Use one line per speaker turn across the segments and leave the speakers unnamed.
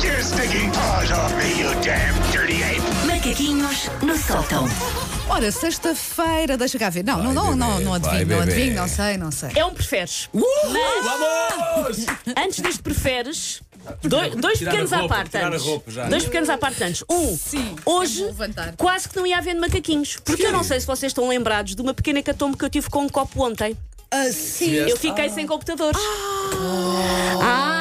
fucking paws off me, you damn dirty ape!
Macaquinhos no sótão.
Ora, sexta-feira, deixa cá ver. Não, não, não, não,
bebê,
não
vai,
adivinho, não
bebê.
adivinho, não sei, não sei.
É um preferes.
Vamos!
Antes deste preferes, doi- dois
Tirar a
pequenos
roupa,
à parte
tirar a
antes.
roupa já.
Dois pequenos à parte antes. Um,
Sim,
hoje
eu vou levantar.
quase que não ia haver macaquinhos. Porque eu não sei se vocês estão lembrados de uma pequena hecatombe que eu tive com um copo ontem.
Assim.
Eu fiquei sem computadores. Ah!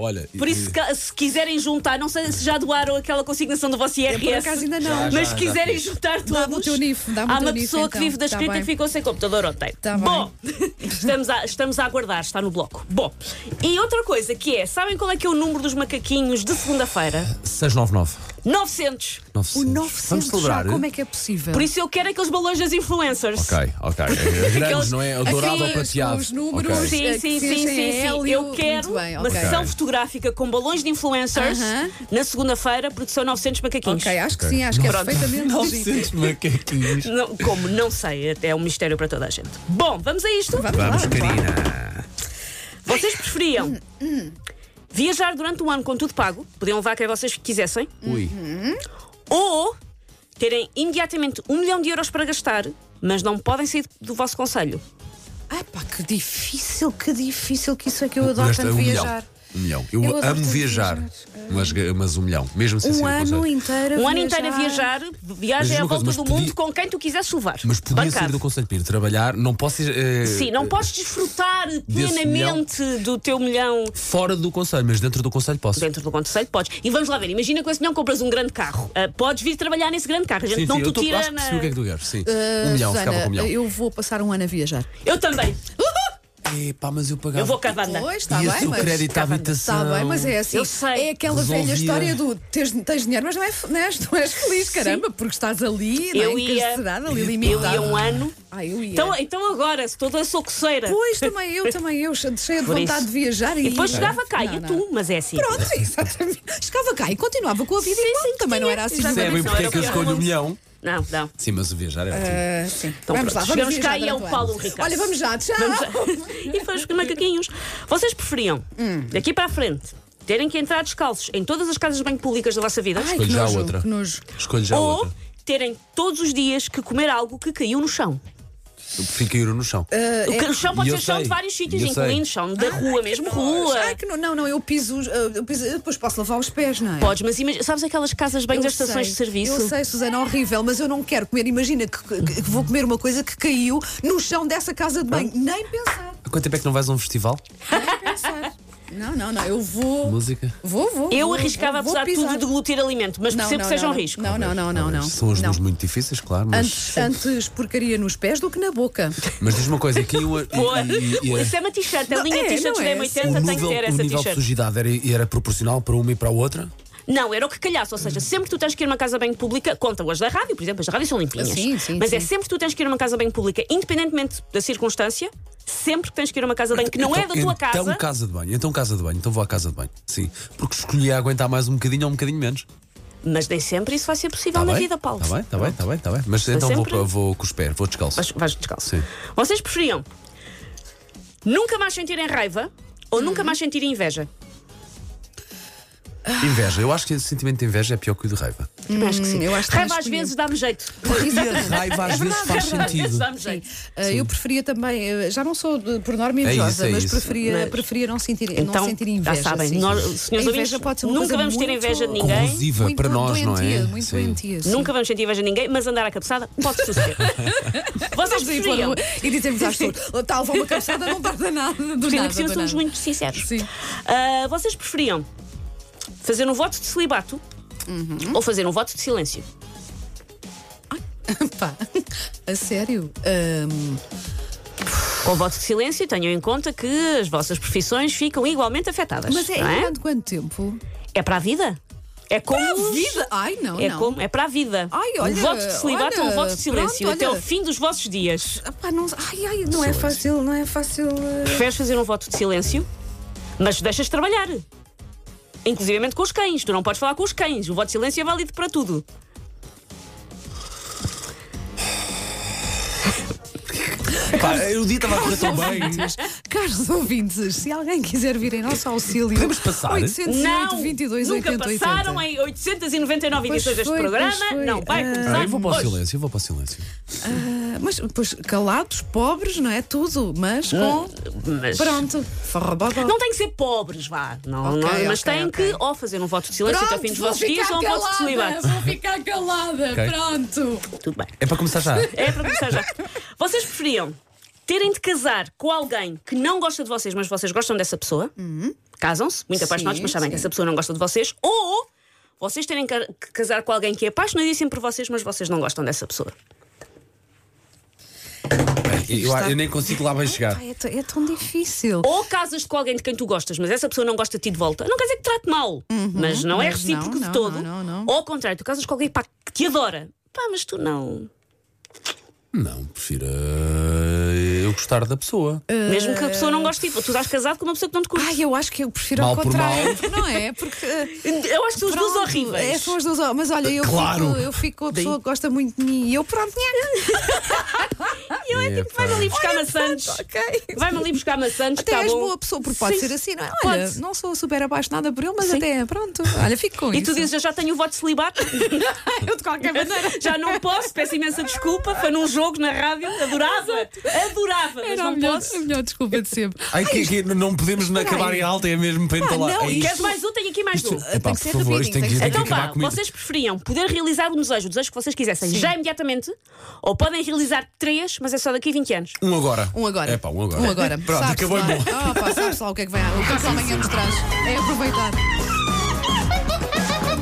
Olha,
Por isso, se ca- se quiserem juntar, não sei se já doaram aquela consignação do vosso IRS.
por acaso ainda não. Já,
mas
já,
se
já
quiserem
fiz.
juntar todos.
Dá-me o teu NIF, dá-me o
há
teu
uma
NIF,
pessoa que
então.
vive da
Tá
escrita
bem.
que ficou sem computador ontem.
Tá bem.
Bom, estamos, a, estamos a aguardar, está no bloco. Bom, e outra coisa que é: sabem qual é que é o número dos macaquinhos de segunda-feira?
699.
900.
O
900.
900
Vamos celebrar. eh?
já, como é que é possível?
Por isso eu quero aqueles balões das influencers.
Ok, ok. É Grandes, não é? O dourado ou
Aqueles
prateado.
com os números.
Ok.
É, que
Sim,
se
sim, sim, sim,
enchem
sim.
hélio.
Eu quero
Muito bem,
uma
ok.
sessão fotográfica com balões de influencers
Aham.
na segunda-feira, porque são 900 macaquinhos.
Ok, acho que sim, acho que é
Pronto.
perfeitamente legítimo.
é macaquinhos.
Não, como? Não sei. É um mistério para toda a gente. Bom, vamos a isto.
Vamos lá.
Vamos, Karina.
Vocês preferiam viajar durante um ano com tudo pago, podiam levar quem vocês quisessem,
Hum,
Ui.
ou terem imediatamente um milhão de euros para gastar, mas não podem sair do vosso conselho.
Ai pá, que difícil, que difícil que isso é que eu adoro
Gasta
tanto
um
viajar.
milhão. Um milhão. Eu,
Eu adoro
amo
tanto
viajar.
viajar.
Mas, mas um milhão. Mesmo sem ser
Um
o
ano
conselho.
inteiro a
Um ano inteiro a viajar,
Mas,
viagem à
Lucas,
volta
mas
do
podia-
mundo com quem tu quisesses levar.
Mas podia sair
Bancado.
do conselho para ir trabalhar. Não posso ir. eh,
Sim, não podes desfrutar plenamente do teu milhão
Fora do conselho, mas dentro do conselho posso.
dentro do conselho, podes. E vamos lá ver, imagina que com esse milhão compras um grande carro. Ah, podes vir trabalhar nesse grande carro. A gente
Sim,
não
sim,
te
eu tô-
tira
acho que
na.
percebi o que é que tu queres. Sim.
Uh,
um milhão, ficava
Susana,
com um milhão.
eu vou passar um ano a viajar.
Eu também.
Epá, mas eu pagava.
Eu vou cavana.
Pois, está
e
bem,
esse o
mas.
crédito à habitação.
Está bem, mas é assim.
Eu sei.
É aquela velha
Resolvia.
história do tens, tens dinheiro, mas não, é, não, és, não és feliz, caramba, porque estás ali, não é,
Eu ia-
encarcerada, ali
Eu
limitada.
ia um ano.
Ah, eu ia.
Então, então agora, se toda sou coceira.
Pois, também eu, também eu, cheia de
Por
vontade
isso.
de viajar e.
E depois chegava cá,
Não,
e
não.
tu, mas é assim.
Pronto, exatamente. Chegava cá e continuava com a vida
Sim,
igual,
sim,
também não
tinha,
era assim.
exatamente.
Percebem
Não,
porque
era
é que eu
o pior
escolho
do
um
mundo.
milhão?
Não, não.
Sim, mas o viajar era ótimo.
Ah, sim.
Então,
vamos lá,
pronto,
vamos
chegamos
viajar
cá e é o
durante
Paulo
ano.
Ricardo.
Olha, vamos já, tchau.
e foi os macaquinhos. Vocês preferiam,
Hum.
daqui para a frente, terem que entrar descalços em todas as casas de banho públicas da vossa vida?
Ai,
Escolho
que
já
nojo,
outra.
que nojo.
Escolho já
ou
outra.
terem todos os dias que comer algo que caiu no chão?
Eu prefiro cair no chão.
O que- o chão pode
E eu
ser chão
sei,
de vários sítios,
e eu sei.
incluindo chão da rua, mesmo rua.
Ai, Ah, é que no- não, não, eu piso, os- eh, eu piso- eu depois posso lavar os pés, não é?
Podes, mas imagina, sabes aquelas casas bem
Eu
das estações
sei,
de serviço?
Eu sei, Susana, é horrível, mas eu não quero comer. Imagina que, que- que vou comer uma coisa que caiu no chão dessa casa de banho. Nem pensar,
Há quanto tempo é que não vais a um festival?
nem pensar. não, não, não, eu vou.
Música?
Vou, vou.
Eu
vou,
arriscava,
vou
apesar de
pisar.
tudo, deglutir alimento, mas percebo que seja um
não.
risco.
Não, não, não, não. não.
São as
Não.
mãos muito difíceis, claro, mas.
Antes, antes porcaria nos pés do que na boca.
Mas diz uma coisa, caiu a.
Boa.
e- e- e-
Isso é uma t-shirt, a
Não,
linha
é,
t-shirt
não
da
é
assim. O
80 tem que
nível,
ter
o
essa
nível de
t-shirt.
sujidade era, era proporcional para uma e para a outra?
Não, era o que calhasse, ou seja, sempre que tu tens que ir a uma casa bem pública, contam as da rádio, por exemplo, as da rádio são limpinhas.
Sim, sim,
mas é
sim.
sempre que tu tens que ir a uma casa bem pública, independentemente da circunstância, sempre que tens que ir a uma casa bem que não é da
então,
tua casa.
Então casa de banho, então casa de banho, então vou à casa de banho. Sim. Porque escolhi aguentar mais um bocadinho ou um bocadinho menos.
Mas nem sempre isso vai ser possível
Está
na
Tá bem?
vida, Paulo.
Está bem, está bem, está bem, está bem. Mas então vou,
sempre-
para- vou com os pés, vou descalço.
Vais, vais descalço.
Sim.
Vocês preferiam nunca mais sentirem raiva ou
Uhum.
nunca mais sentirem inveja?
Inveja. Eu acho que esse sentimento de inveja é pior que o de raiva.
Também acho que sim.
eu acho que é
raiva
também
às vezes dá-me jeito.
E a raiva
É
às vezes faz
Raiva às vezes
sentido.
dá-me jeito.
Ah, eu preferia também, ah, já não sou de- por norma
isso,
invejosa,
é
mas,
isso.
preferia,
Mas-
preferia não sentir,
Então,
não sentir inveja.
já sabem,
sim.
nós,
A
senhores
inveja
ouvintes,
pode ser uma
nunca
coisa
vamos ter
muito-
inveja de ninguém.
Corrosiva
muito
para nós, não é?
doentia, Muito
Sim.
doentia. sim.
Nunca vamos sentir inveja de ninguém, mas andar a cabeçada pode suceder. Vocês
Estamos aí pela
preferiam.
rua e dizemos às pessoas: tal, vou uma calçada, não tarda nada. Do
Porque ainda
nada,
por cima
do
somos
nada."
muito sinceros.
Sim.
Ah, vocês preferiam fazer um voto de celibato
Uhum.
ou fazer um voto de silêncio?
Pá, a sério. hum, Ahm,
Com o voto de silêncio, tenham em conta que as vossas profissões ficam igualmente afetadas.
mas é,
não é?
durante quanto tempo?
É para a vida? É como. os-
Vida? Ai, não,
É,
não.
como, é para a vida.
Ai,
um
olha,
voto de celibato ou um
olha,
voto de silêncio
pronto,
até
olha.
o fim dos vossos dias.
Ah, pá, não, ai, ai, não é
Silêncio.
fácil, não é fácil. ah.
Preferes fazer um voto de silêncio, mas deixas trabalhar. Inclusive com os cães. Tu não podes falar com os cães. O voto de silêncio é válido para tudo.
Pá, o dia estava a correr tão bem.
Caros ouvintes, se alguém quiser vir em nosso auxílio.
Podemos passar?
808 22
nunca
80 80.
passaram em 899
Pois
edições deste
foi,
programa.
pois foi.
Não, vai
Ah.
começar.
Ah, eu vou para o
hoje.
silêncio, eu vou para o silêncio.
Ah, Mas, pois, calados, pobres, não é tudo, mas com.
Ah,
mas-
Pronto, farrababa.
Não tem que ser pobres, vá. Não,
Ok,
não, mas
ok,
tem
ok.
que ou fazer um voto de silêncio até ao fim dos vossos dias ou um voto de
calada,
celibato.
vou ficar calada,
Ok.
pronto.
Tudo bem.
É para começar já.
É para começar já. Vocês preferiam terem de casar com alguém que não gosta de vocês, mas vocês gostam dessa pessoa? Casam-se, muito apaixonados, mas sabem
Hum. sim.
que essa pessoa não gosta de vocês. Ou vocês terem ca- que casar com alguém que é apaixonadíssimo por vocês, mas vocês não gostam dessa pessoa.
Eu, eu nem consigo lá bem chegar.
Ai, é, t- é tão difícil.
Ou casas-te com alguém de quem tu gostas, mas essa pessoa não gosta de ti de volta. Não quer dizer que te trate mal, mas não é
Uhum. mas
recíproco
não,
de
não,
todo.
não, não, não.
Ou ao contrário, tu casas com alguém pá, que te adora. Pá, mas tu não.
Não, prefiro eh, eu gostar da pessoa.
Eh,
Mesmo que a pessoa não goste de ti, tu estás casado com uma pessoa que não te curte.
Ai, eu acho que eu prefiro ao
Mal por
contrário. Não é? Porque. eh,
Eu acho que são os duas
pronto,
horríveis.
É, são as duas hor- Mas olha, eu,
Eh, Claro.
fico, eu fico com a pessoa que gosta muito de mim. E eu, pronto, nha.
Eu é tipo,
Epá.
vai-me ali buscar maçãs.
ok.
Vai-me ali buscar maçãs.
Até
tá
és
bom.
boa pessoa, porque pode
Sim.
ser assim, não é? Olha,
Pode.
não sou super apaixonada por ele, mas
Sim.
até, pronto. Olha, fico com
E
isso.
tu dizes, eu já tenho o voto de celibato,
"Ah, eu de qualquer maneira.
já não posso, peço imensa desculpa. Foi num jogo na rádio, adorava, adorava, mas
Era a
não
melhor,
posso.
a melhor desculpa de sempre.
Ai, que, que não podemos não acabar em alta, é mesmo para entalar.
não,
É
isto-
Queres mais um? Tenho aqui mais
isto-
um.
epá,
que
por
ser
favor, isto tem que,
rapidinho, tem
tem
Então
que acabar
vá,
comigo.
vocês preferiam poder realizar um desejo, o desejo que vocês quisessem já imediatamente, ou podem realizar três, mas é só daqui a 20 anos.
Um agora.
Um agora.
É pá, um agora.
Um agora.
Pronto,
Sabe-se
acabou
lá.
em bom.
Ah, pá, sabes lá o que é que vem O que é que amanhã nos traz? É aproveitar.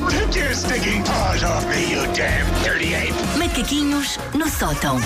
Take your stinking paws off me, you damn dirty ape!
Macaquinhos no sótão.